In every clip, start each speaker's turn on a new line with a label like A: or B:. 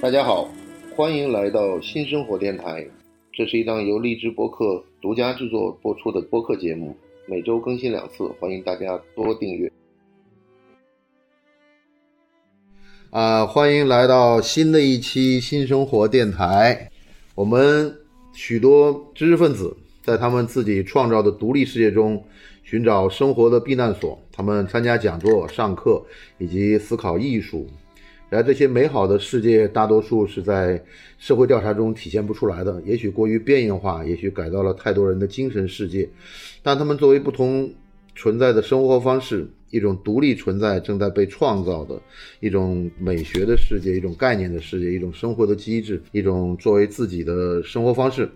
A: 大家好，欢迎来到新生活电台。这是一档由荔枝播客独家制作播出的播客节目，每周更新两次，欢迎大家多订阅。啊，欢迎来到新的一期新生活电台。我们许多知识分子在他们自己创造的独立世界中寻找生活的避难所，他们参加讲座、上课以及思考艺术，然而，这些美好的世界大多数是在社会调查中体现不出来的，也许过于边缘化，也许改造了太多人的精神世界。但他们作为不同存在的生活方式，一种独立存在正在被创造的一种美学的世界，一种概念的世界，一种生活的机制，一种作为自己的生活方式。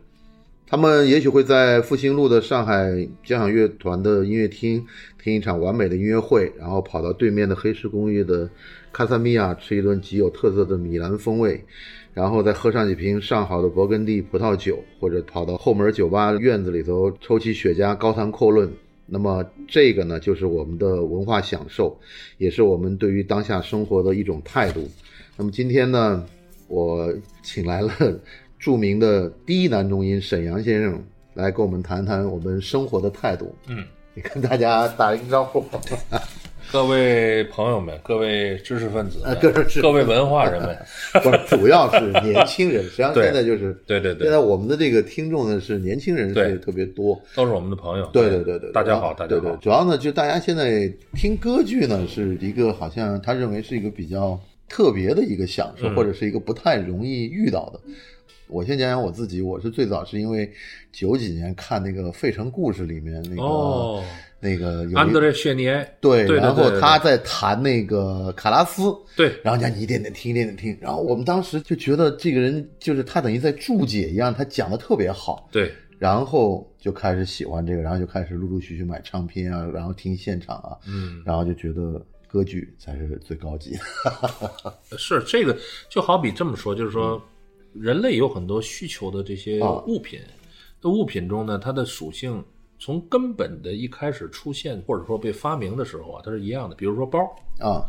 A: 他们也许会在复兴路的上海交响乐团的音乐厅听一场完美的音乐会，然后跑到对面的黑石公寓的卡萨米亚吃一顿极有特色的米兰风味，然后再喝上几瓶上好的勃艮第葡萄酒，或者跑到后门酒吧院子里头抽起雪茄高谈阔论。那么这个呢，就是我们的文化享受，也是我们对于当下生活的一种态度。那么今天呢，我请来了著名的第一男中音沈阳先生来跟我们谈谈我们生活的态度。
B: 嗯，
A: 你跟大家打一个招 呼。
B: 各位朋友们，各位知识分子
A: 啊，各位知识
B: 各位文 化人们，
A: 不是，主要是年轻人，实际上
B: 对
A: 现在就是
B: 对对
A: 现
B: 对
A: 在，我们的这个听众呢是年轻人
B: 对
A: 是特别多。
B: 都是我们的朋友。
A: 对对对对，
B: 大家好，
A: 主要
B: 大家
A: 对对
B: 好，
A: 主要呢，就大家现在听歌剧呢，是一个好像他认为是一个比较特别的一个享受，
B: 嗯
A: 或者是一个不太容易遇到的。我先讲讲我自己，我是最早是因为九几年看那个《费城故事》里面那个、
B: 哦，
A: 那个有
B: 安
A: 一
B: 德烈·谢尼埃，
A: 对，
B: 对对
A: 然后
B: 对对
A: 他在弹那个卡拉斯，
B: 对，
A: 然后讲你一点点听，一点点听。然后我们当时就觉得这个人就是他等于在注解一样，他讲的特别好，
B: 对，
A: 然后就开始喜欢这个，然后就开始陆陆续续买唱片啊，然后听现场啊，
B: 嗯，
A: 然后就觉得歌剧才是最高级的。
B: 是这个，就好比这么说，就是说，人类有很多需求的这些
A: 嗯啊
B: 物品，那物品中呢，它的属性从根本的一开始出现或者说被发明的时候啊，它是一样的。比如说包，
A: 啊，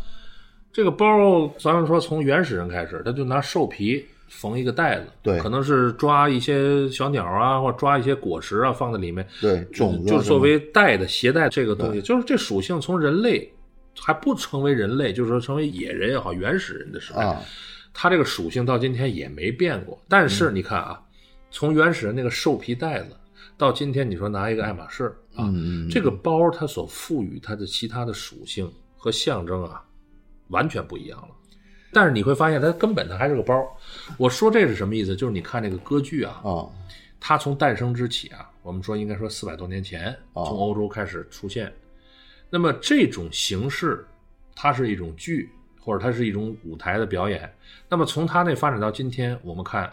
B: 这个包，咱们说从原始人开始，他就拿兽皮缝一个袋子，
A: 对
B: 可能是抓一些小鸟啊，或者抓一些果实啊，放在里面，
A: 对，种子啊
B: 就是
A: 什
B: 作
A: 么
B: 为带的携带这个东西，就是这属性从人类还不成为人类，就是说成为野人也好，原始人的时候，
A: 啊，
B: 它这个属性到今天也没变过。但
A: 嗯
B: 是你看啊，从原始人那个兽皮袋子到今天，你说拿一个爱马仕啊，
A: 嗯，嗯
B: 这个包它所赋予它的其他的属性和象征啊，完全不一样了。但是你会发现，它根本它还是个包。我说这是什么意思？就是你看这个歌剧啊，
A: 啊
B: 它从诞生之起啊，我们说应该说四百多年前，
A: 啊
B: 从欧洲开始出现。那么这种形式，它是一种剧，或者它是一种舞台的表演。那么从它那发展到今天，我们看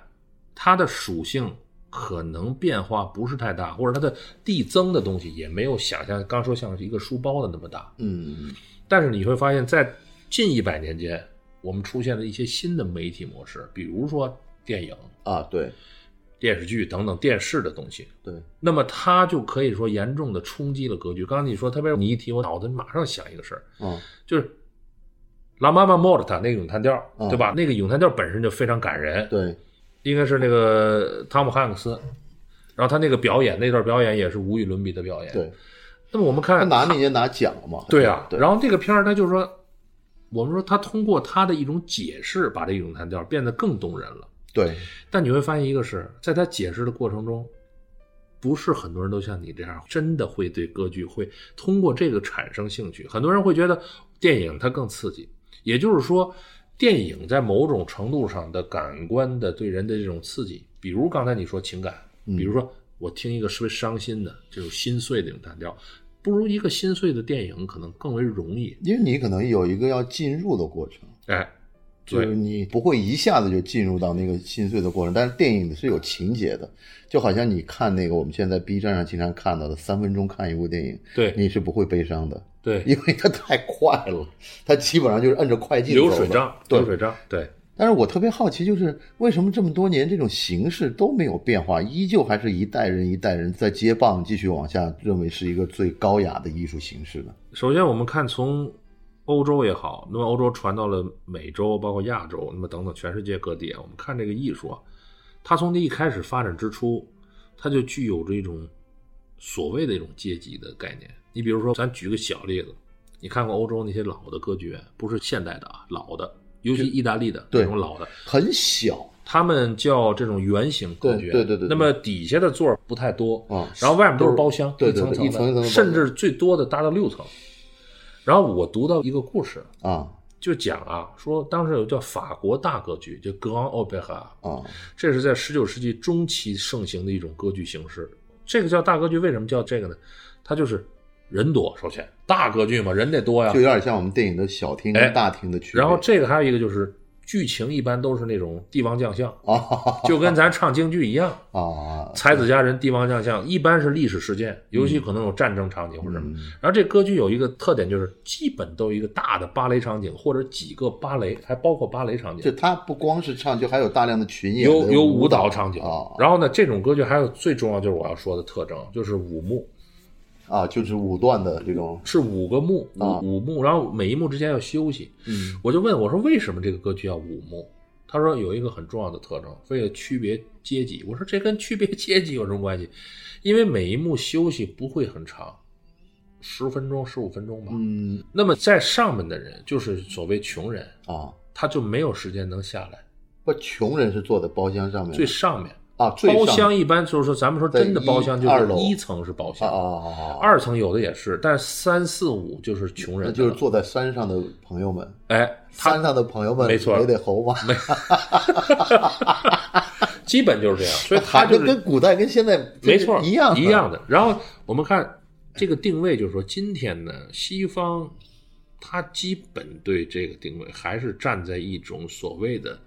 B: 它的属性可能变化不是太大，或者它的递增的东西也没有想象刚说像是一个书包的那么大。
A: 嗯，
B: 但是你会发现，在近一百年间，我们出现了一些新的媒体模式，比如说电影、
A: 啊，对
B: 电视剧等等电视的东西。
A: 对，
B: 那么它就可以说严重的冲击了格局。刚才你说，特别是你一提，我脑子马上想一个事儿，
A: 啊
B: 就是拉玛玛莫尔塔那个咏叹调，
A: 嗯
B: 对吧？那个咏叹调本身就非常感人，
A: 对
B: 应该是那个汤姆汉克斯，然后他那个表演那段表演也是无与伦比的表演。，
A: 对，
B: 那么我们
A: 他
B: 看，
A: 拿那年拿奖了嘛？
B: 哎对啊，
A: 对，
B: 然后这个片儿，他就是说，我们说他通过他的一种解释，把这个咏叹调变得更动人了。
A: 对
B: 但你会发现一个是在他解释的过程中，不是很多人都像你这样真的会对歌剧会通过这个产生兴趣。很多人会觉得电影它更刺激，也就是说，电影在某种程度上的感官的对人的这种刺激，比如刚才你说情感，
A: 嗯
B: 比如说我听一个特别伤心的这种心碎的这种单调，不如一个心碎的电影可能更为容易。
A: 因为你可能有一个要进入的过程。
B: 哎，
A: 就
B: 对
A: 是你不会一下子就进入到那个心碎的过程，但是电影是有情节的，就好像你看那个我们现在 B 站上经常看到的三分钟看一部电影，
B: 对
A: 你是不会悲伤的，
B: 对，
A: 因为它太快了，它基本上就是摁着快进
B: 流
A: 走
B: 水
A: 的
B: 账，
A: 对
B: 流水账，对。
A: 但是我特别好奇，就是为什么这么多年这种形式都没有变化，依旧还是一代人一代人在接棒继续往下认为是一个最高雅的艺术形式呢？
B: 首先，我们看从欧洲也好，那么欧洲传到了美洲，包括亚洲，那么等等全世界各地，我们看这个艺术啊，它从一开始发展之初，它就具有着一种所谓的一种阶级的概念。你比如说，咱举个小例子，你看过欧洲那些老的歌剧院，不是现代的啊，老的，尤其意大利的
A: 对
B: 那种老的，
A: 很小
B: 他们叫这种圆形歌剧院。
A: 对对对对对
B: 那么底下的座儿不太多，
A: 啊，
B: 然后外面都是包厢，
A: 对对对
B: 一层
A: 一层一层的包厢
B: 甚至最多的达到六层。然后我读到一个故事，
A: 啊
B: 就讲啊，说当时有叫法国大歌剧，就 Grand Opera，
A: 啊
B: 这是在十九世纪中期盛行的一种歌剧形式。这个叫大歌剧，为什么叫这个呢？它就是人多，首先大歌剧嘛，人得多呀
A: 就。有点像我们电影的小厅
B: 啊哎
A: 跟大厅的区别。
B: 然后这个还有一个就是剧情一般都是那种帝王将相，
A: 啊
B: 就跟咱唱京剧一样，
A: 啊，
B: 才子佳人、帝王将相，一般是历史事件，尤其可能有战争场景或者什么。
A: 嗯
B: 然后这歌剧有一个特点，就是基本都有一个大的芭蕾场景，或者几个芭蕾，还包括芭蕾场景
A: 就。它不光是唱，就还有大量的群演，
B: 有有
A: 舞
B: 舞蹈场景
A: 啊
B: 然后呢，这种歌剧还有最重要就是我要说的特征，就是五幕，
A: 啊，就是舞段的这种，
B: 是五个幕，五、
A: 啊
B: 五幕，然后每一幕之间要休息。
A: 嗯
B: 我就问我说为什么这个歌剧要五幕？他说有一个很重要的特征，为了区别阶级。我说这跟区别阶级有什么关系？因为每一幕休息不会很长，十分钟、十五分钟吧。
A: 嗯
B: 那么在上面的人就是所谓穷人，
A: 啊，
B: 他就没有时间能下来。
A: 不，穷人是坐在包厢上面的，
B: 最上面
A: 啊最
B: 包
A: 上
B: 厢一般就是说，咱们说真的
A: 在一
B: 包厢就
A: 二
B: 是
A: 楼
B: 一层是包
A: 啊
B: 厢，
A: 啊啊啊啊，
B: 二层有的也是，但是三四五就是穷
A: 那
B: 人，
A: 就是坐在山上的朋友们，
B: 哎，
A: 山
B: 他
A: 上的朋友们，
B: 没错
A: 也得猴吗？
B: 基本就是这样， 所以他
A: 喊的
B: 就是
A: 跟古代跟现在
B: 没错
A: 一样的
B: 一样的。然后我们看这个定位，就是说今天呢，西方他基本对这个定位还是站在一种所谓的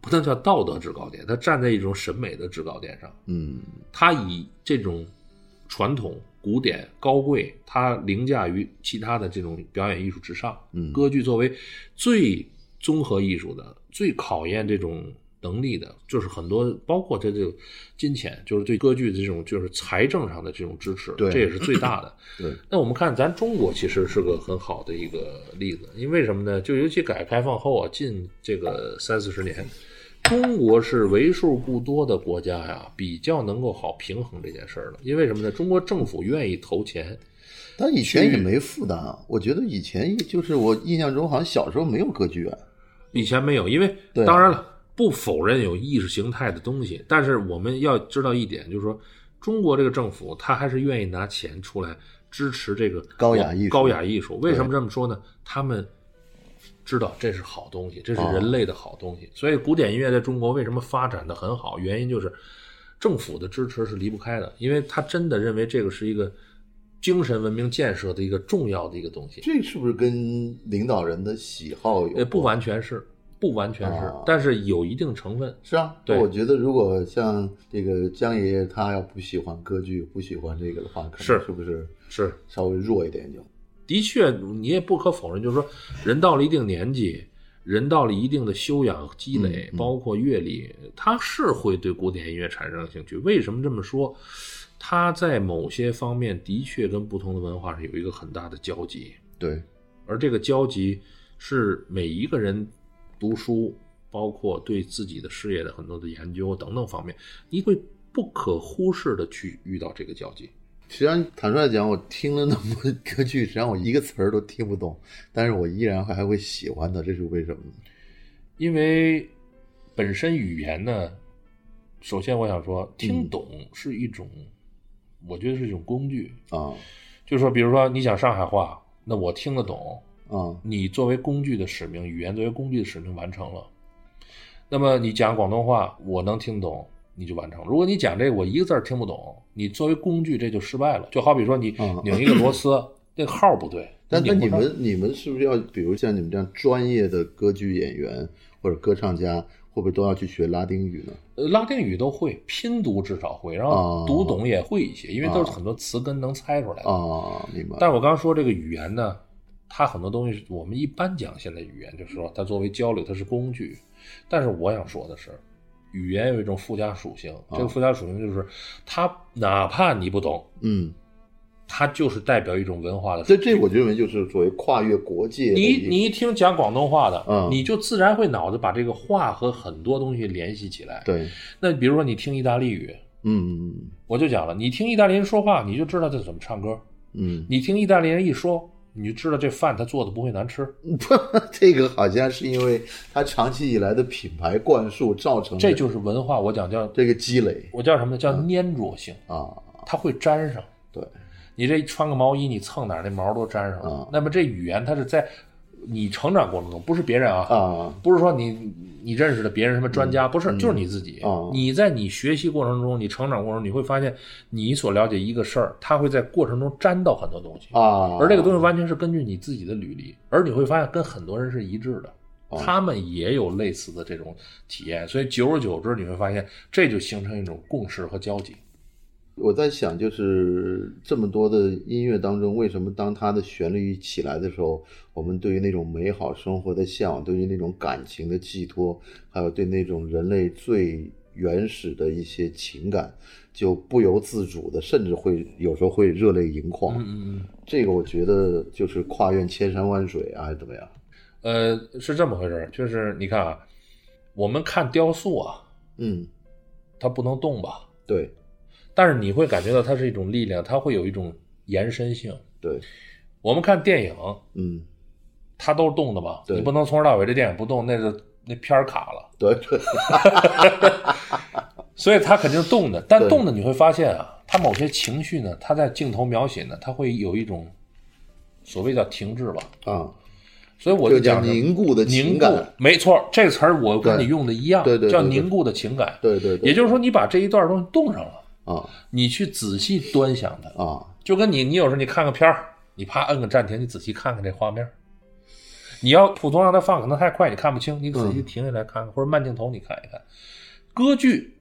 B: 不能叫道德制高点，他站在一种审美的制高点上。
A: 嗯
B: 它以这种传统、古典、高贵，它凌驾于其他的这种表演艺术之上。
A: 嗯
B: 歌剧作为最综合艺术的、最考验这种能力的，就是很多包括这这个金钱，就是对歌剧的这种就是财政上的这种支持，
A: 对
B: 这也是最大的。
A: 对，
B: 那我们看，咱中国其实是个很好的一个例子，因为什么呢？就尤其改革开放后啊，近这个三四十年，中国是为数不多的国家呀，比较能够好平衡这件事儿的。因为什么呢？中国政府愿意投钱，
A: 但以前也没负担啊，我觉得以前就是我印象中好像小时候没有啊歌剧院，
B: 以前没有，因为
A: 对
B: 当然了，不否认有意识形态的东西，但是我们要知道一点，就是说中国这个政府他还是愿意拿钱出来支持这个
A: 高雅艺术
B: 高雅艺术，为什么这么说呢？他们知道这是好东西，这
A: 哦
B: 是人类的好东西，所以古典音乐在中国为什么发展的很好？原因就是政府的支持是离不开的，因为他真的认为这个是一个精神文明建设的一个重要的一个东西。
A: 这是不是跟领导人的喜好有
B: 呃，
A: 关？
B: 不完全是，不完全是，
A: 啊
B: 但是有一定成分。
A: 是啊，
B: 对
A: 我觉得如果像这个江爷爷他要不喜欢歌剧，不喜欢这个的话，可能
B: 是
A: 是不是
B: 是，
A: 稍微弱一点就？
B: 的确，你也不可否认，就是说，人到了一定年纪，人到了一定的修养积累，
A: 嗯嗯
B: 包括阅历，他是会对古典音乐产生兴趣。为什么这么说？他在某些方面的确跟不同的文化是有一个很大的交集，
A: 对，
B: 而这个交集是每一个人读书，包括对自己的事业的很多的研究等等方面，你会不可忽视的去遇到这个交集。
A: 实际上坦率讲，我听了那么多歌剧，实际上我一个词儿都听不懂，但是我依然还会喜欢它，这是为什么呢？
B: 因为本身语言呢，首先我想说，听懂是一种，我觉得是一种工具。
A: 啊
B: 就是说，比如说你讲上海话，那我听得懂，
A: 啊
B: 你作为工具的使命，语言作为工具的使命完成了。那么你讲广东话，我能听懂，你就完成了。如果你讲这个我一个字儿听不懂，你作为工具这就失败了。就好比说你
A: 嗯
B: 拧一个螺丝，那个号儿不对，
A: 但那
B: 拧不
A: 你们
B: 上
A: 你们是不是要，比如像你们这样专业的歌剧演员或者歌唱家，会不会都要去学拉丁语呢？
B: 呃，拉丁语都会，拼读至少会，然后
A: 哦
B: 读懂也会一些，因为都是
A: 啊
B: 很多词根能猜出来的。
A: 啊，明白。
B: 但是我刚刚说这个语言呢，它很多东西是我们一般讲现在语言，就是说它作为交流，它是工具。但是我想说的是，语言有
A: 啊
B: 一种附加属性，这个附加属性就是它哪怕你不懂，
A: 嗯
B: 它就是代表一种文化的
A: 这这我认为就是所谓跨越国界的一
B: 你
A: 个。
B: 你一听讲广东话的，
A: 嗯
B: 你就自然会脑子把这个话和很多东西联系起来。，
A: 对，
B: 那比如说你听意大利语，
A: 嗯
B: 我就讲了，你听意大利人说话，你就知道这怎么唱歌；
A: 嗯，
B: 你听意大利人一说，你就知道这饭他做的不会难吃。
A: 这个好像是因为它长期以来的品牌灌输造成的
B: 这就是文化，我讲叫
A: 这个积累
B: 我叫什么呢？叫粘着性，
A: 嗯啊，
B: 它会粘上。
A: 对，
B: 你这穿个毛衣，你蹭哪儿那毛都粘上了。
A: 嗯
B: 那么这语言它是在你成长过程中，不是别人啊，
A: 啊，嗯
B: 不是说你你认识的别人什么专家，不是，就是你自己。
A: 哦
B: 你在你学习过程中，你成长过程中，你会发现你所了解一个事儿，它会在过程中沾到很多东西。
A: 啊，
B: 而这个东西完全是根据你自己的履历，而你会发现跟很多人是一致的，
A: 哦
B: 他们也有类似的这种体验，所以久而久之你会发现，这就形成一种共识和交集。
A: 我在想，就是这么多的音乐当中，为什么当它的旋律一起来的时候，我们对于那种美好生活的向往，对于那种感情的寄托，还有对那种人类最原始的一些情感，就不由自主的，甚至会有时候会热泪盈眶。
B: 嗯嗯
A: 这个我觉得就是跨越千山万水啊，还是怎么样？
B: 嗯，呃，是这么回事儿，就是你看啊，我们看雕塑啊，
A: 嗯，
B: 它不能动吧，
A: 对
B: 但是你会感觉到它是一种力量，它会有一种延伸性。
A: 对，
B: 我们看电影，
A: 嗯，
B: 它都是动的吧？
A: 对
B: 你不能从头到尾这电影不动，那是那片儿卡了，
A: 对对，
B: 所以它肯定是动的。但
A: 对
B: 动的你会发现啊，它某些情绪呢，它在镜头描写呢，它会有一种所谓叫停滞吧。
A: 啊，
B: 所以我
A: 就
B: 就
A: 叫
B: 讲
A: 凝固的
B: 凝
A: 情
B: 固
A: 感，，
B: 没错，这词儿我跟
A: 对
B: 你用的一样，
A: 对对对
B: 叫
A: 对
B: 凝固的情感。
A: 对对对，
B: 也就是说，你把这一段东西冻上了，
A: 啊
B: 你去仔细端详它，
A: 啊，
B: 就跟你，你有时候你看个片儿，你啪摁个暂停，你仔细看看这画面儿。你要普通让它放，可能太快，你看不清，你仔细停下来看看，或者慢镜头你看一看。歌剧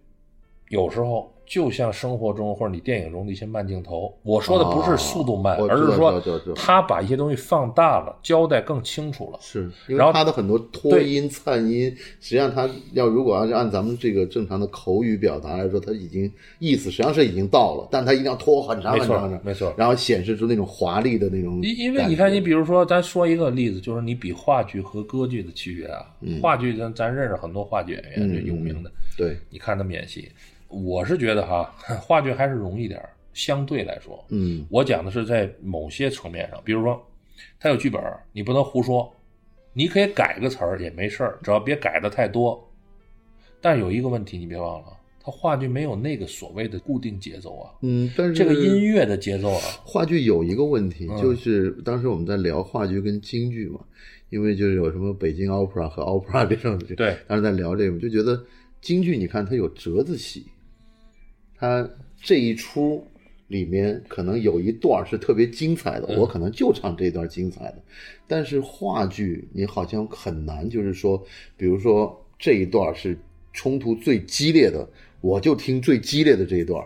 B: 有时候就像生活中或者你电影中的一些慢镜头，我说的不是速度慢，
A: 哦我知
B: 而
A: 道
B: 是
A: 知道知道知
B: 说
A: 道
B: 它把一些东西放大了，交代更清楚了。
A: 是因
B: 然
A: 为
B: 后
A: 它的很多拖音、颤音，实际上它要如果要是按咱们这个正常的口语表达来说，它已经意思实际上是已经到了，但它一定要拖很长
B: 没
A: 很
B: 错
A: 长很长，
B: 没错
A: 然后显示出那种华丽的那种感觉。
B: 因因为你看，你比如说，咱说一个例子，就是你比话剧和歌剧的区别啊。话剧咱咱认识很多话剧演员，
A: 嗯
B: 这有名的，
A: 对，
B: 你看他们演戏，我是觉得哈，话剧还是容易点儿，相对来说。
A: 嗯
B: 我讲的是在某些层面上，比如说，他有剧本儿，你不能胡说，你可以改个词儿也没事儿，只要别改的太多。但是有一个问题，你别忘了，他话剧没有那个所谓的固定节奏啊，
A: 嗯，但是
B: 这个音乐的节奏啊，
A: 话剧有一个问题，
B: 嗯
A: 就是当时我们在聊话剧跟京剧嘛，因为就是有什么北京 opera 和 opera 这种，
B: 对，
A: 当时在聊这个，就觉得京剧你看它有折子戏，它这一出里面可能有一段是特别精彩的，
B: 嗯
A: 我可能就唱这段精彩的，但是话剧你好像很难，就是说，比如说这一段是冲突最激烈的，我就听最激烈的这一段，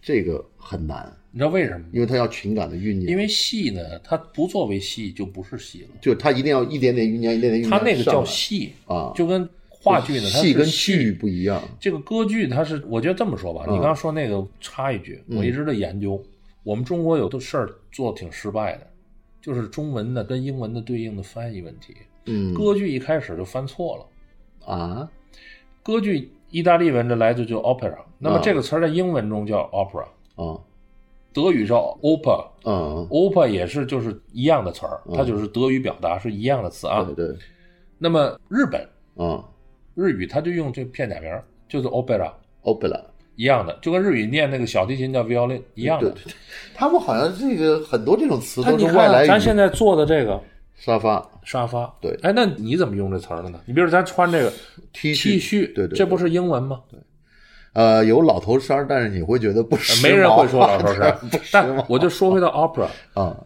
A: 这个很难。
B: 你知道为什么吗？
A: 因为它要情感的酝酿，
B: 因为戏呢，它不作为戏就不是戏了，
A: 就是它一定要一点点酝酿，一点点酝
B: 它
A: 酿。
B: 那个
A: 上
B: 叫
A: 来
B: 戏，
A: 啊，
B: 就跟话剧呢，它
A: 戏
B: 是
A: 跟
B: 戏
A: 剧不一样。
B: 这个歌剧它是，我觉得这么说吧，
A: 嗯
B: 你刚刚说那个插一句，我一直在研究，我们中国有的事儿做得挺失败的，就是中文的跟英文的对应的翻译问题。
A: 嗯，
B: 歌剧一开始就翻错了，
A: 啊，
B: 歌剧意大利文的来自就 opera，那么
A: 啊
B: 这个词儿在英文中叫 opera，
A: 啊，
B: 德语叫 opera，opera
A: 啊，
B: 也是就是一样的词儿，它就是德语表达是一样的词啊。
A: 嗯对对，
B: 那么日本
A: 啊
B: 日语它就用这片假名儿，就是 opera
A: ，opera，
B: 一样的，就跟日语念那个小提琴叫 violin 一样的。
A: 对对对，他们好像这个很多这种词
B: 他
A: 都
B: 你
A: 是
B: 看
A: 外
B: 啊，
A: 来
B: 咱现
A: 语。
B: 在坐的这个
A: 沙发、
B: 沙发，
A: 对
B: 哎，那你怎么用这词儿了呢？你比如咱穿这个
A: T
B: 恤，
A: 对对，
B: 这不
A: 是
B: 是英文吗？
A: 呃有老头衫儿，但是你会觉得不时髦，
B: 呃
A: 啊
B: 没人会说老头衫
A: 不，时
B: 但
A: 髦
B: 我就说回到 opera，
A: 啊，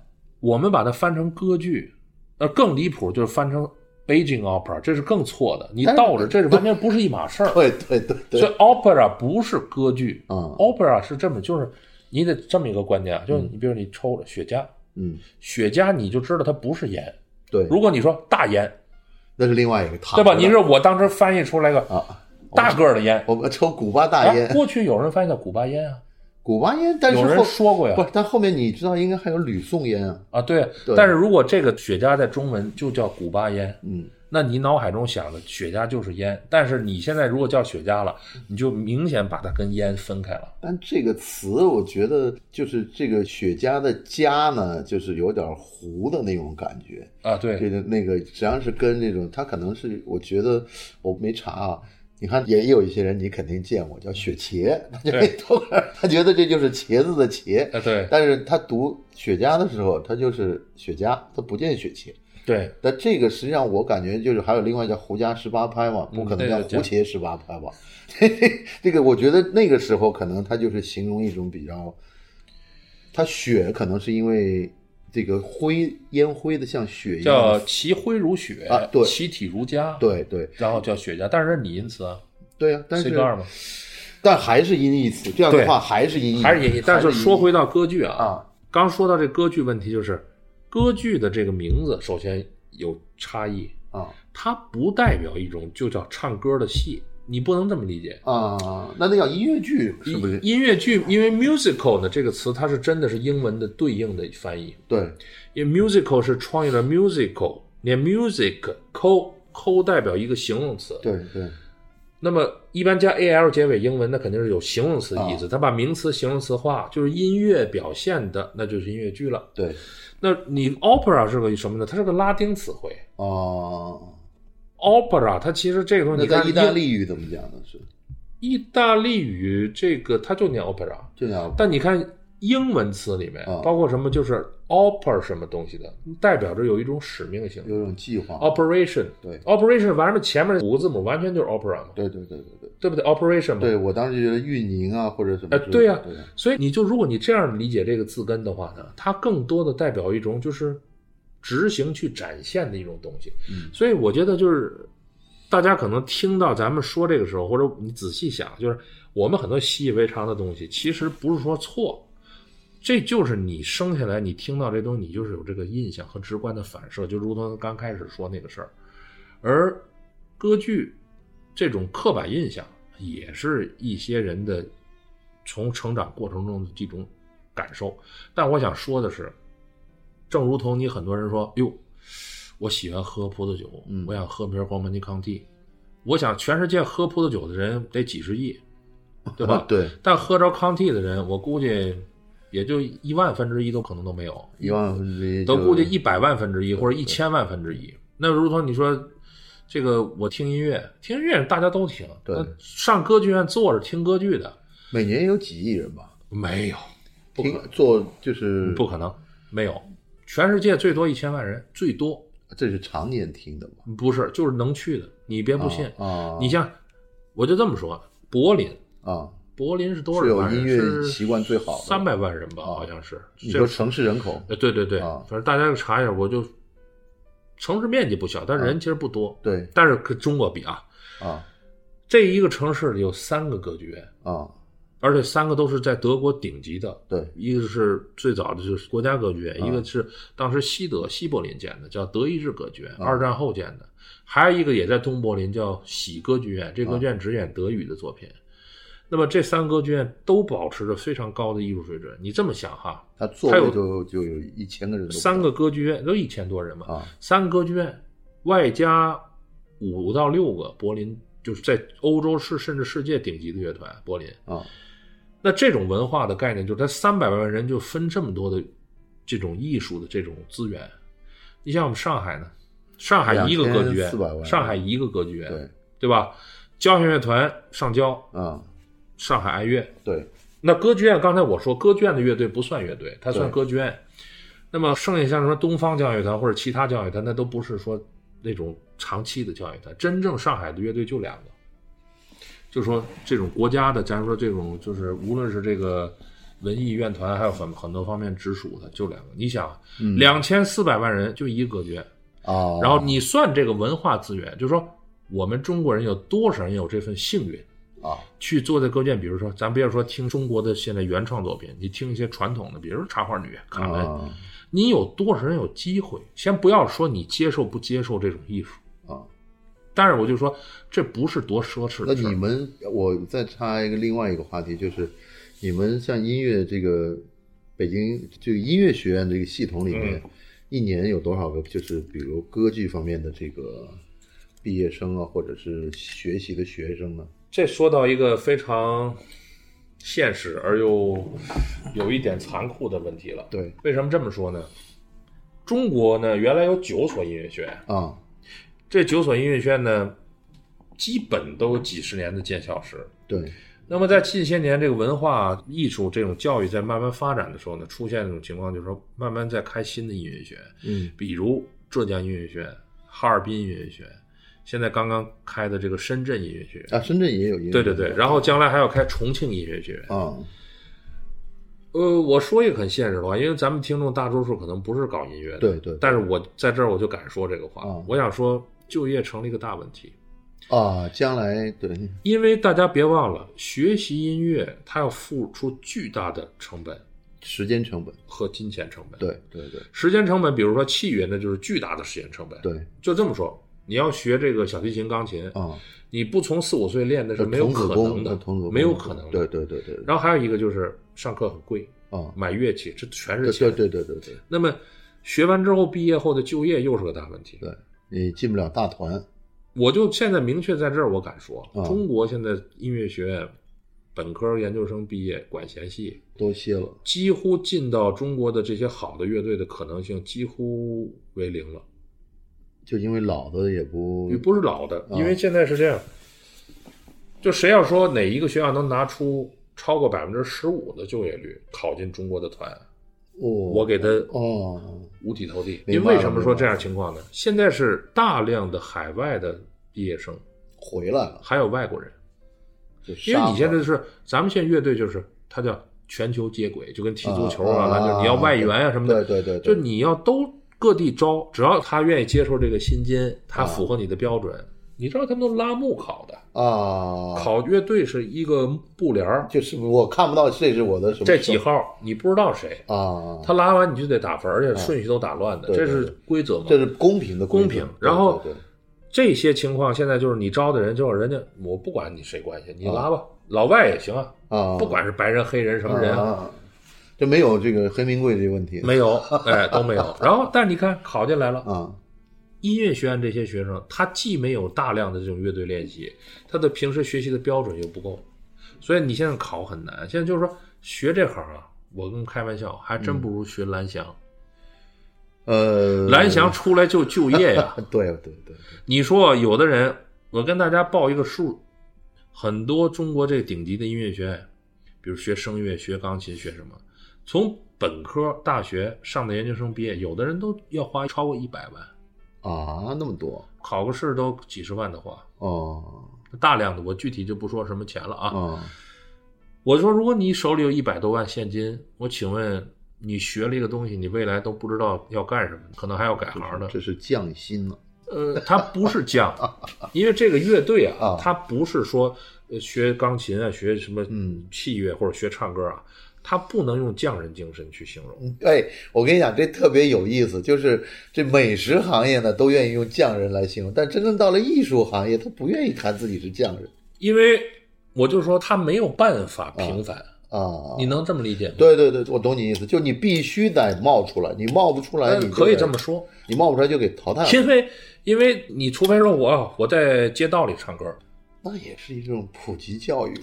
B: 我们把它翻成歌剧，呃，更离谱就是翻成 Beijing opera，这是更错的。你
A: 但是
B: 倒着，这是完全不是一码事儿。
A: 对对对对，
B: 所以 opera 不是歌剧、
A: 嗯
B: o p e r a 是这么，就是你得这么一个观念啊，就是你比如你抽了雪茄，
A: 嗯，
B: 雪茄你就知道它不是盐。
A: 对，
B: 如果你说大盐，
A: 那是另外一个他，
B: 对吧？你是我当时翻译出来个
A: 啊，
B: 大个儿的烟，
A: 我们抽古巴大
B: 哎，
A: 烟，
B: 过去有人翻译叫古巴烟啊，
A: 古巴烟，但
B: 有
A: 是
B: 人
A: 后
B: 说过呀
A: 不，是，但后面你知道应该还有吕宋烟啊，
B: 啊，对。
A: 对
B: 但是如果这个雪茄在中文就叫古巴烟，
A: 嗯，
B: 那你脑海中想的雪茄就是烟，但是你现在如果叫雪茄了，
A: 嗯
B: 你就明显把它跟烟分开了。
A: 但这个词我觉得就是这个雪茄的茄呢，就是有点糊的那种感觉，
B: 啊，对
A: 这个那个实际上是跟那种，它可能是我觉得我没查啊。你看，也有一些人你肯定见过，叫雪茄，他就
B: 对
A: 偷着他觉得这就是茄子的茄，
B: 啊，对
A: 但是他读雪茄的时候，他就是雪茄，他不见雪茄。
B: 对，
A: 但这个实际上我感觉就是还有另外叫胡茄十八拍嘛，
B: 嗯
A: 不可能叫
B: 对对
A: 胡茄十八拍吧？ 这个我觉得那个时候可能它就是形容一种比较，它雪可能是因为这个灰烟灰的像雪一
B: 叫
A: 样，
B: 其灰如雪，
A: 啊对
B: 其体如家，，
A: 对对
B: 然后叫雪茄，但是拟音词啊
A: 对啊，但
B: ，C
A: 是
B: 杠嘛，
A: 但还是音译词，这样的
B: 对
A: 话嗯还是音译，
B: 还是音译。但是说回到歌剧啊，
A: 啊，
B: 刚说到这歌剧问题，就是歌剧的这个名字首先有差异，
A: 啊
B: 它不代表一种就叫唱歌的戏，你不能这么理解。
A: 啊，那那叫音乐剧是不是？
B: 音乐剧，因为 musical 呢这个词，它是真的是英文的对应的翻译，
A: 对，
B: 因为 musical 是创有了 musical，连 music 抠抠代表一个形容词，
A: 对对，
B: 那么一般加 a l 结尾英文，那肯定是有形容词的
A: 啊
B: 意思，它把名词形容词化，就是音乐表现的，那就是音乐剧了。
A: 对，
B: 那你 opera 是个什么呢？它是个拉丁词汇
A: 哦，
B: ，opera 它其实这个东西，
A: 那
B: 你看
A: 在意大
B: 英
A: 利语怎么讲呢？是
B: 意大利语这个它就 E 念 opera，
A: 这样
B: 但你看英文词里面
A: 啊
B: 包括什么，就是 opera 什么东西的，代表着有一种使命性
A: 有种计划，
B: 哦，operation。
A: 对
B: ，operation 完了前面五个字母完全就是 opera 嘛，
A: 对对对对对。
B: 对不对？operation 嘛，
A: 对，我当时就觉得运营啊，或者什么
B: 哦哎
A: 之类的，
B: 对呀
A: 对啊呀
B: 所以你就如果你这样理解这个字根的话呢，它更多的代表一种就是执行去展现的一种东西。
A: 嗯
B: 所以我觉得就是大家可能听到咱们说这个时候，或者你仔细想，就是我们很多习以为常的东西，其实不是说错。这就是你生下来，你听到这东西，你就是有这个印象和直观的反射，就如同刚开始说那个事儿。而歌剧这种刻板印象，也是一些人的从成长过程中的这种感受。但我想说的是，正如同你很多人说，哟，我喜欢喝葡萄酒，
A: 嗯？
B: 我想喝瓶黄门尼康帝，我想全世界喝葡萄酒的人得几十亿，对吧
A: 啊 对，
B: 但喝着康帝的人，我估计也就一万分之一都可能都没有，
A: 一万分之一
B: 都
A: 就
B: 估计一百万分之一或者一千万分之一。那如同你说，这个我听音乐，听音乐大家都听，
A: 对
B: 那上歌剧院坐着听歌剧的
A: 每年有几亿人吧，
B: 没有，不
A: 听
B: 可
A: 做就是
B: 不可能，嗯没有，全世界最多一千万人，最多
A: 这是常年听的吧？
B: 不是就是能去的，你别不信，
A: 啊，
B: 你像我就这么说，柏林。
A: 啊，
B: 柏林是多
A: 是有
B: 少万
A: 音
B: 人？
A: 乐习惯最好
B: 三
A: 的。
B: 百万人吧，
A: 啊
B: 好像是。
A: 你
B: 这
A: 说城市人口，
B: 呃，对对对，
A: 啊
B: 反正大家查一下，我就城市面积不小，但
A: 啊
B: 人其实不多，
A: 对
B: 但是跟中国比啊，
A: 啊
B: 这一个城市里有三个歌剧院，
A: 啊，
B: 而且三个都是在德国顶级的，
A: 对
B: 一个是最早的就是国家歌剧院，
A: 啊
B: 一个是当时西德西柏林建的，叫德意志歌剧院，
A: 啊
B: 二战后建的，还有一个也在东柏林叫喜歌剧
A: 啊
B: 院，这歌剧院只演德语的作品。那么这三个歌剧院都保持着非常高的艺术水准。你这么想哈，
A: 他座
B: 它有
A: 位就就有一千个人都不到，
B: 三个歌剧院都一千多人嘛，
A: 啊
B: 三个歌剧院，外加五到六个柏林，就是在欧洲市甚至世界顶级的乐团柏林。
A: 啊，
B: 那这种文化的概念，就是它三百万人就分这么多的这种艺术的这种资源。你像我们上海呢，上海一个歌剧院
A: 2400万，人
B: 上海一个歌剧院，
A: 对
B: 对吧？交响乐团上交，
A: 啊
B: 上海爱乐，
A: 对
B: 那歌剧院，刚才我说歌剧院的乐队不算乐队，它算
A: 对
B: 歌剧院。那么剩下像什么东方交响乐团或者其他交响乐团，那都不是说那种长期的交响乐团。真正上海的乐队就两个，就说这种国家的，咱说这种就是无论是这个文艺院团，还有很很多方面直属的，就两个。你想，
A: 嗯
B: 两千四百万人就一个歌剧院，
A: 啊，
B: 然后你算这个文化资源，就是说我们中国人有多少人有这份幸运？
A: 啊
B: 去做在歌剧院，比如说，咱不要说听中国的现在原创作品，你听一些传统的，比如说插画女、卡门，
A: 啊
B: 你有多少人有机会？先不要说你接受不接受这种艺术，
A: 啊，
B: 但是我就说，这不是多奢侈
A: 那
B: 的事
A: 你
B: 儿。
A: 们，我再插一个另外一个话题，就是你们像音乐这个北京这个音乐学院这个系统里面，
B: 嗯
A: 一年有多少个就是比如歌剧方面的这个毕业生啊，或者是学习的学生呢？
B: 这说到一个非常现实而又有一点残酷的问题了。
A: 对，
B: 为什么这么说呢？中国呢，原来有九所音乐学院，
A: 啊，
B: 这九所音乐学院呢，基本都有几十年的建校史。
A: 对，
B: 那么在近些年，这个文化艺术这种教育在慢慢发展的时候呢，出现一种情况，就是说慢慢在开新的音乐学院，
A: 嗯
B: 比如浙江音乐学院、哈尔滨音乐学院，现在刚刚开的这个深圳音乐学院，
A: 啊，深圳也有音乐，
B: 嗯对对对，然后将来还要开重庆音乐学院。
A: 啊，
B: 呃，我说一个很现实的话，因为咱们听众大多数可能不是搞音乐的，
A: 对对
B: 但是我在这儿我就敢说这个话，
A: 嗯
B: 我想说就业成了一个大问题，
A: 啊，将来对
B: 因为大家别忘了，学习音乐它要付出巨大的成本
A: 时间成本，
B: 和金钱成本。，
A: 对对对
B: 时间成本，比如说器乐，那就是巨大的时间成本。，
A: 对
B: 就这么说，你要学这个小提琴、钢琴，
A: 啊，
B: 你不从四五岁练那是没有
A: 童子
B: 可
A: 功
B: 能的
A: 呃童子，功
B: 没有可能
A: 对
B: 的。
A: 对对对，
B: 然后还有一个就是上课很贵，
A: 啊，
B: 买乐器这全是
A: 对
B: 钱。
A: 对对对对对，
B: 那么学完之后，毕业后的就业又是个大问题。
A: 对你进不了大团，
B: 我就现在明确在这儿，我敢说，
A: 啊
B: 中国现在音乐学院本科、研究生毕业管弦系，
A: 多歇了，
B: 几乎进到中国的这些好的乐队的可能性几乎为零了。
A: 就因为老的也不
B: 也不是老的，
A: 嗯
B: 因为现在是这样，就谁要说哪一个学校能拿出超过百分之十五的就业率考进中国的团，我
A: 我
B: 给他
A: 哦，
B: 五体投地。
A: 明
B: 因
A: 白了
B: 为什么说这样情况呢？现在是大量的海外的毕业生，
A: 回来了，
B: 还有外国人，
A: 就
B: 因为
A: 杀
B: 你现
A: 了
B: 在是咱们现在乐队就是它叫全球接轨，就跟踢足球
A: 啊
B: 啊、
A: 啊
B: 篮球，你要外援啊什么的，
A: 对对对
B: 就
A: 对，
B: 你要都各地招，只要他愿意接受这个薪金，他
A: 啊
B: 符合你的标准。你知道他们都拉木考的，
A: 啊，
B: 考乐队是一个布帘儿，
A: 就是我看不到这是我的什么
B: 这几号你不知道谁，
A: 啊，
B: 他拉完你就得打分，而且顺序都打乱的，
A: 对
B: 这
A: 对
B: 是规则嘛？
A: 这是公平的规
B: 公
A: 则
B: 平
A: 对。
B: 然后
A: 对对
B: 这些情况现在就是你招的人，就是人家我不管你谁关系，你拉吧，老外也行啊，
A: 啊，
B: 不管是白人、黑人什么人，
A: 啊，就没有这个黑名贵这个问题
B: 没有，哎，都没有。然后，但是你看考进来了，
A: 啊，
B: 音乐学院这些学生，他既没有大量的这种乐队练习，他的平时学习的标准又不够，所以你现在考很难。现在就是说学这行啊，我跟你开玩笑，还
A: 嗯
B: 真不如学蓝翔。
A: 呃，
B: 蓝翔出来就就业呀、
A: 对对对，
B: 你说有的人，我跟大家报一个数，很多中国这顶级的音乐学院，比如学声乐、学钢琴、学什么，从本科大学上的研究生毕业，有的人都要花超过一百万，
A: 啊，那么多
B: 考个试都几十万的花。
A: 哦
B: 大量的，我具体就不说什么钱了啊。
A: 啊，
B: 我说，如果你手里有一百多万现金，我请问你学了一个东西，你未来都不知道要干什么，可能还要改行呢。
A: 这是匠心了
B: 呃，它不是 降，因为这个乐队啊
A: 啊，
B: 它不是说呃学钢琴啊，学什么
A: 嗯
B: 器乐或者学唱歌啊，它不能用匠人精神去形容。
A: 哎，我跟你讲，这特别有意思，就是这美食行业呢，都愿意用匠人来形容，但真正到了艺术行业，他不愿意谈自己是匠人
B: 因为我就说他没有办法平凡，
A: 啊。
B: 你能这么理解吗？
A: 对对对，我懂你意思，就你必须得冒出来，你冒不出来，
B: 呃
A: 你就
B: 可以
A: 得
B: 这么，说，
A: 你冒不出来就给淘汰了，
B: 因 为因为你除非说我啊我在街道里唱歌，
A: 那也是一种普及教育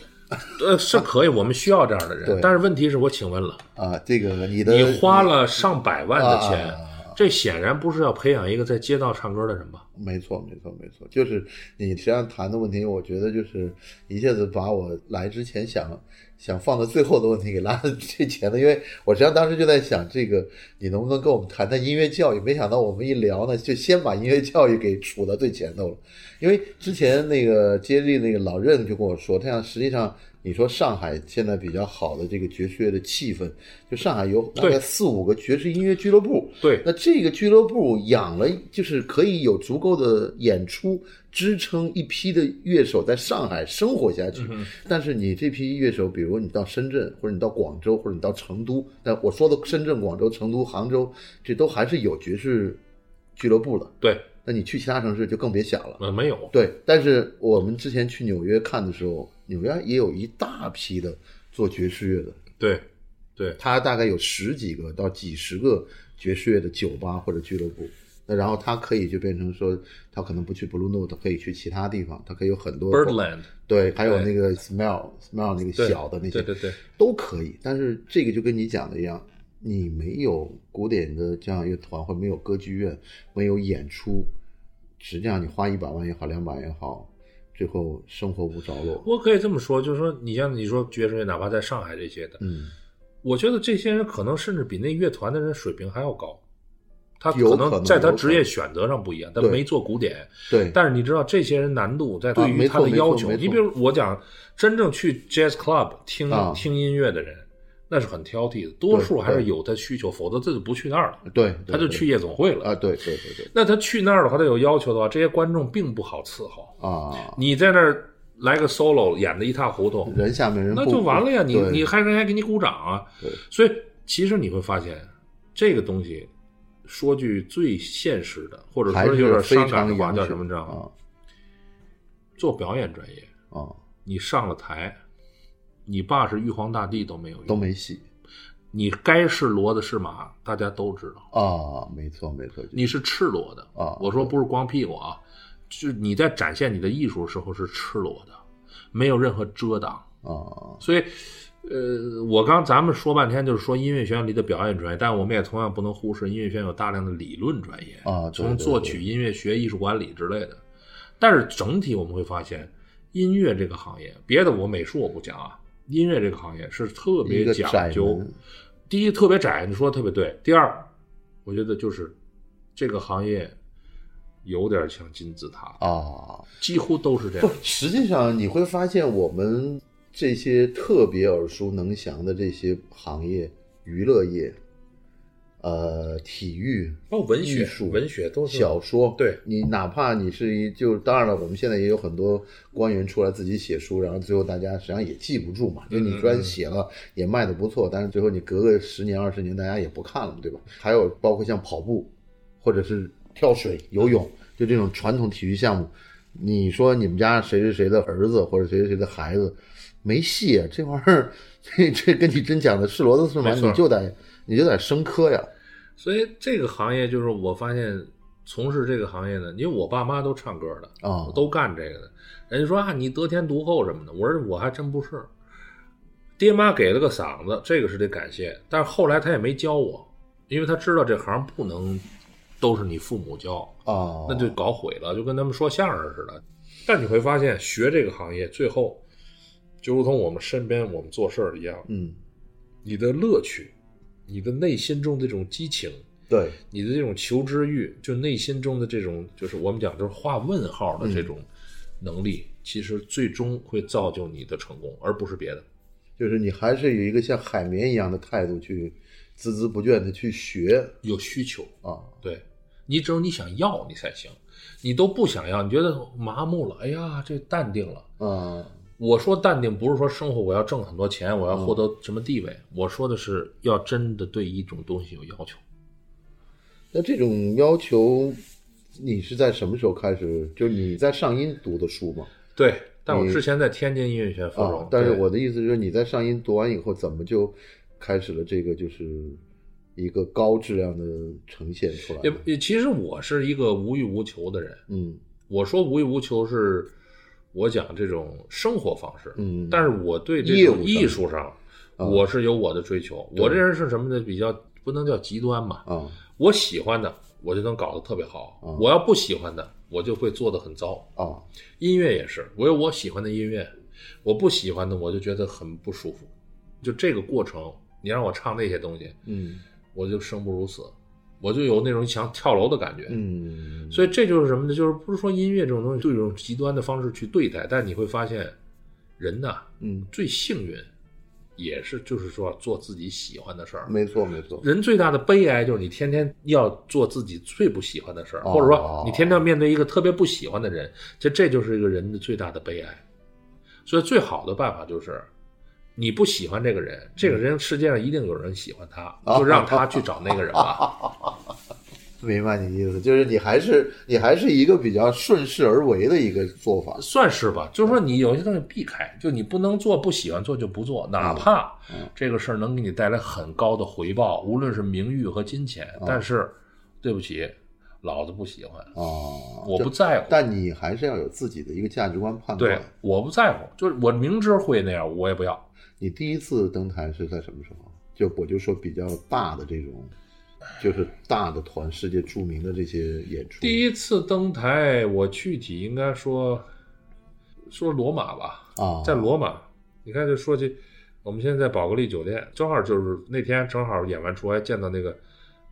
B: 呃，是可以，我们需要这样的人
A: 对。
B: 但是问题是我请问了，
A: 啊。这个你的
B: 你花了上百万的钱，
A: 啊
B: 这显然不是要培养一个在街道唱歌的人吧？
A: 没错，没错，没错，就是你实际上谈的问题，我觉得就是一下子把我来之前想想放到最后的问题给拉到最前的，因为我实际上当时就在想，这个你能不能跟我们谈谈音乐教育？没想到我们一聊呢，就先把音乐教育给杵到最前头了，因为之前那个接力那个老任就跟我说，他想实际上。你说上海现在比较好的这个爵士乐的气氛，就上海有大概
B: 对
A: 四五个爵士音乐俱乐部，
B: 对，
A: 那这个俱乐部养了，就是可以有足够的演出支撑一批的乐手在上海生活下
B: 嗯
A: 去。但是你这批乐手，比如你到深圳，或者你到广州，或者你到成都，但我说的深圳、广州、成都、杭州，这都还是有爵士俱乐部的。
B: 对，
A: 那你去其他城市就更别想了。
B: 呃，没有，
A: 对，但是我们之前去纽约看的时候，纽约也有一大批的做爵士乐的，
B: 对，对，
A: 他大概有十几个到几十个爵士乐的酒吧或者俱乐部。那然后他可以就变成说，他可能不去 Blue Note，可以去其他地方，他可以有很多
B: Birdland，
A: 对，还有
B: 对
A: 那个 Smell Smell 那个
B: 对
A: 小的那些
B: 对对对，
A: 都可以。但是这个就跟你讲的一样，你没有古典的这样乐团，或者没有歌剧院，没有演出，实际上你花一百万也好，两百也好，最后生活无着落。
B: 我可以这么说，就是说，你像你说爵士乐，哪怕在上海这些的，
A: 嗯，
B: 我觉得这些人可能甚至比那乐团的人水平还要高。他
A: 有
B: 可
A: 可能
B: 能在他
A: 有可
B: 职业
A: 能
B: 选择上不一样，他
A: 对
B: 没做古典，
A: 对，
B: 但是你知道这些人难度在
A: 啊
B: 对
A: 没
B: 于
A: 错
B: 他的要
A: 没
B: 求，
A: 错没错
B: 你比如我讲，真正去 jazz club 听
A: 啊
B: 听音乐的人，那是很挑剔的，多数还是有他需求，否则他就不去那儿了，
A: 对，对
B: 他
A: 对
B: 就去夜总会了
A: 啊，。对对对对
B: 那他去那儿的话，他有要求的话，这些观众并不好伺候。
A: 啊，
B: 你在那儿来个 solo 演的一塌糊涂，
A: 人下面人
B: 那
A: 不
B: 就完了呀！你
A: 对
B: 你还人家给你鼓掌啊
A: 对！
B: 所以其实你会发现，这个东西说句最现实的，或者
A: 还
B: 说有
A: 是
B: 点
A: 非
B: 伤感
A: 常
B: 的话，
A: 严
B: 叫
A: 实
B: 什么？你知道吗？
A: 啊
B: 做表演专业，
A: 啊，
B: 你上了台，你爸是玉皇大帝都没有
A: 都
B: 用，
A: 没戏
B: 你该是骡子是马，大家都知道。
A: 啊，没错没错，
B: 你是赤裸的
A: 啊
B: 我说不是光屁股啊，就是你在展现你的艺术时候是赤裸的，没有任何遮挡。
A: 啊，
B: 所以，呃，我刚咱们说半天就是说音乐学院里的表演专业，但我们也同样不能忽视音乐学院有大量的理论专业
A: 啊对
B: 从
A: 对
B: 作
A: 对
B: 曲、音乐学、艺术管理之类的。但是整体我们会发现，音乐这个行业，别的我美术我不讲啊，音乐这个行业是特
A: 一
B: 别
A: 个
B: 讲
A: 窄
B: 究
A: 门。
B: 第一，特别窄，你说的特别对。第二，我觉得就是这个行业有点像金字塔，
A: 啊。
B: 几乎都是这
A: 不
B: 样。，
A: 实际上你会发现，我们这些特别耳熟能详的这些行业，娱乐业，呃，体育、
B: 包括文
A: 艺
B: 学
A: 术、、
B: 文学都是
A: 小说，
B: 对
A: 你哪怕你是一，就当然了，我们现在也有很多官员出来自己写书，然后最后大家实际上也记不住嘛，
B: 嗯
A: 就你虽然写了也卖的不错，但是最后你隔个十年二十年，大家也不看了嘛，对吧？还有包括像跑步，或者是跳水、游泳，
B: 嗯
A: 就这种传统体育项目，你说你们家谁谁谁的儿子或者谁谁谁的孩子没戏啊？这玩意儿，这这跟你真讲的是骡子是马，
B: 没错
A: 你就得你就得生科呀。
B: 所以这个行业就是我发现从事这个行业呢，因为我爸妈都唱歌的
A: 啊
B: 我都干这个的。人家说啊，你得天独厚什么的，我说我还真不是。爹妈给了个嗓子，这个是得感谢。但是后来他也没教我，因为他知道这行不能都是你父母教，
A: 啊，
B: 那就搞毁了，就跟他们说相声似的。但你会发现，学这个行业最后就如同我们身边我们做事儿一样，
A: 嗯，
B: 你的乐趣，你的内心中的这种激情，
A: 对。
B: 你的这种求知欲，就内心中的这种，就是我们讲就是画问号的这种能力，其实最终会造就你的成功，而不是别的。
A: 就是你还是有一个像海绵一样的态度去孜孜不倦的去学
B: 有需求，
A: 啊，
B: 对你只有你想要你才行，你都不想要，你觉得麻木了，哎呀，这淡定了。
A: 啊，
B: 我说淡定不是说生活我要挣很多钱，我要获
A: 嗯
B: 得什么地位，我说的是要真的对一种东西有要求。
A: 那这种要求，你是在什么时候开始？就是你在上音读的书吗？
B: 对，但我之前在天津音乐学院附中
A: 啊，，但是
B: 对
A: 我的意思是，你在上音读完以后，怎么就开始了这个就是一个高质量的呈现出来呢？
B: 也也其实我是一个无欲无求的人，
A: 嗯
B: 我说无欲无求是，我讲这种生活方式，
A: 嗯
B: 但是我对这
A: 业务
B: 种
A: 上啊
B: 艺术上，我是有我的追求。我这人是什么呢？比较不能叫极端吧，
A: 啊
B: 我喜欢的我就能搞得特别好，
A: 嗯
B: 我要不喜欢的我就会做得很糟。
A: 啊
B: 音乐也是，我有我喜欢的音乐，我不喜欢的我就觉得很不舒服。就这个过程，你让我唱那些东西，
A: 嗯
B: 我就生不如死，我就有那种想跳楼的感觉。
A: 嗯，
B: 所以这就是什么呢？就是不是说音乐这种东西，对这种极端的方式去对待，但你会发现，人呐
A: 嗯，
B: 最幸运，也是就是说做自己喜欢的事儿。
A: 没错没错，
B: 人最大的悲哀就是你天天要做自己最不喜欢的事儿，
A: 哦
B: 或者说你天天要面对一个特别不喜欢的人，这这就是一个人的最大的悲哀。所以最好的办法就是，你不喜欢这个人，这个人世界上一定有人喜欢他，
A: 哦
B: 就让他去找那个人吧。
A: 明白你意思，就是你还是你还是一个比较顺势而为的一个做法。
B: 算是吧，就是说你有些东西避开，就你不能做，不喜欢做就不做，哪怕这个事儿能给你带来很高的回报，无论是名誉和金钱，但是对不起，老子不喜欢，
A: 哦，
B: 我不
A: 就
B: 在乎，
A: 但你还是要有自己的一个价值观判断。
B: 对，我不在乎，就是我明知会那样，我也不要。
A: 你第一次登台是在什么时候？就我就说比较大的这种，就是大的团，世界著名的这些演出。
B: 第一次登台，我具体应该说说罗马吧，
A: 啊，
B: 在罗马，你看这说起，我们现在在宝格丽酒店，正好就是那天正好演完出，还见到那个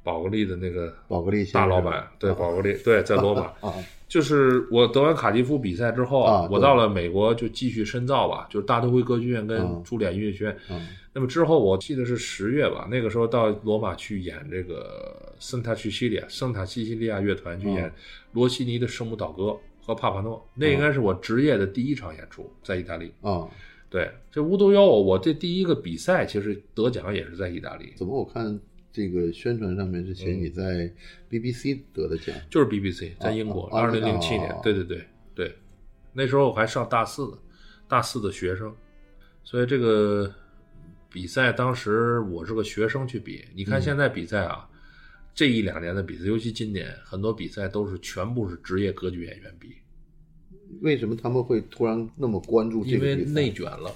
B: 宝格丽的那个
A: 宝格丽先生
B: 大老板，对宝格丽，对，在罗马，
A: 啊，
B: 就是我得完卡迪夫比赛之后
A: 啊对
B: 我到了美国就继续深造吧，就是大都会歌剧院跟
A: 嗯
B: 珠联音乐学院。
A: 嗯
B: 那么之后我记得是十月吧，那个时候到罗马去演这个圣塔西西利亚圣塔西西利亚乐团去
A: 嗯
B: 演罗西尼的《圣母倒歌》和帕帕诺，那应该是我职业的第一场演出，在意大利。
A: 啊，
B: 对，这无独有偶，我这第一个比赛其实得奖也是在意大利，
A: 怎么我看这个宣传上面是写
B: 嗯
A: 你在 BBC 得的奖？
B: 就是 BBC 在英国，
A: 啊啊
B: 二零零七年
A: 啊，
B: 对对对对，那时候我还上大四呢，大四的学生，所以这个比赛当时我是个学生去比，你
A: 嗯
B: 看现在比赛啊，这一两年的比赛，尤其今年很多比赛都是全部是职业歌剧演员比，
A: 为什么他们会突然那么关注这
B: 因
A: 个
B: 为
A: 比赛？
B: 内卷了。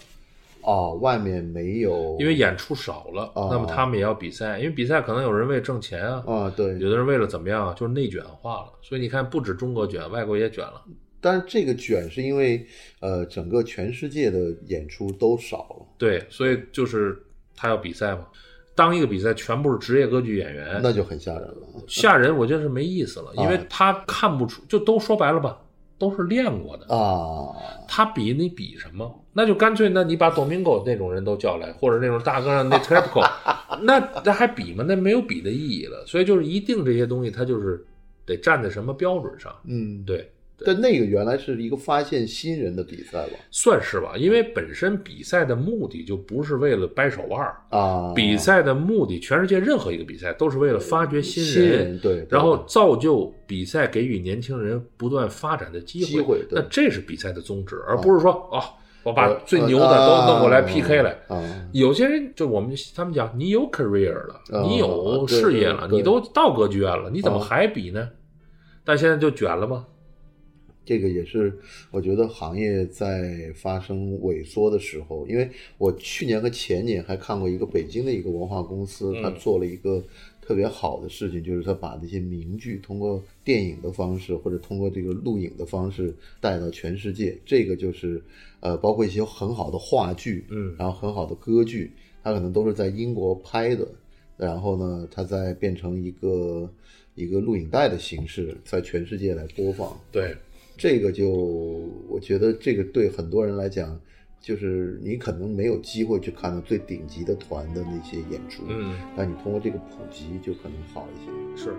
A: 哦，外面没有，
B: 因为演出少了，
A: 哦
B: 那么他们也要比赛，因为比赛可能有人为挣钱啊，
A: 啊，对，
B: 有的人为了怎么样啊，就是内卷化了，所以你看，不止中国卷，外国也卷了。
A: 但是这个卷是因为呃，整个全世界的演出都少了。
B: 对，所以就是他要比赛嘛，当一个比赛全部是职业歌剧演员，
A: 那就啊很吓人了。
B: 吓人，我觉得是没意思了，因为他看不出，就都说白了吧，都是练过的，
A: 啊，
B: 他比你比什么？那就干脆，那你把 Domingo 那种人都叫来，或者那种大哥让那 t r a p c o 那那还比吗？那没有比的意义了。所以就是一定这些东西，它就是得站在什么标准上，
A: 嗯，。
B: 对。
A: 但那个原来是一个发现新人的比赛吧？
B: 算是吧，因为本身比赛的目的就不是为了掰手腕儿，
A: 啊，
B: 比赛的目的，全世界任何一个比赛都是为了发掘新人，
A: 新人对，对
B: 然后造就比赛给予年轻人不断发展的机
A: 机会对啊
B: 那这是比赛的宗旨，而不是说哦，我把
A: 呃
B: 最牛的
A: 呃
B: 都弄过来
A: 啊
B: PK 来。
A: 啊，
B: 有些人就我们他们讲，你有 career 了，
A: 啊
B: 你有事业
A: 对对
B: 了，
A: 对
B: 你都到歌剧院了，你怎么
A: 啊
B: 还比呢？但现在就卷了吗？
A: 这个也是我觉得行业在发生萎缩的时候，因为我去年和前年还看过一个北京的一个文化公司，
B: 嗯
A: 他做了一个特别好的事情，就是他把那些名剧通过电影的方式或者通过这个录影的方式带到全世界。这个就是呃，包括一些很好的话剧，
B: 嗯
A: 然后很好的歌剧，它可能都是在英国拍的，然后呢，它再变成一个一个录影带的形式，在全世界来播放。
B: 对，
A: 这个就我觉得这个对很多人来讲，就是你可能没有机会去看到最顶级的团的那些演出，
B: 嗯，
A: 但你通过这个普及就可能好一些。
B: 是。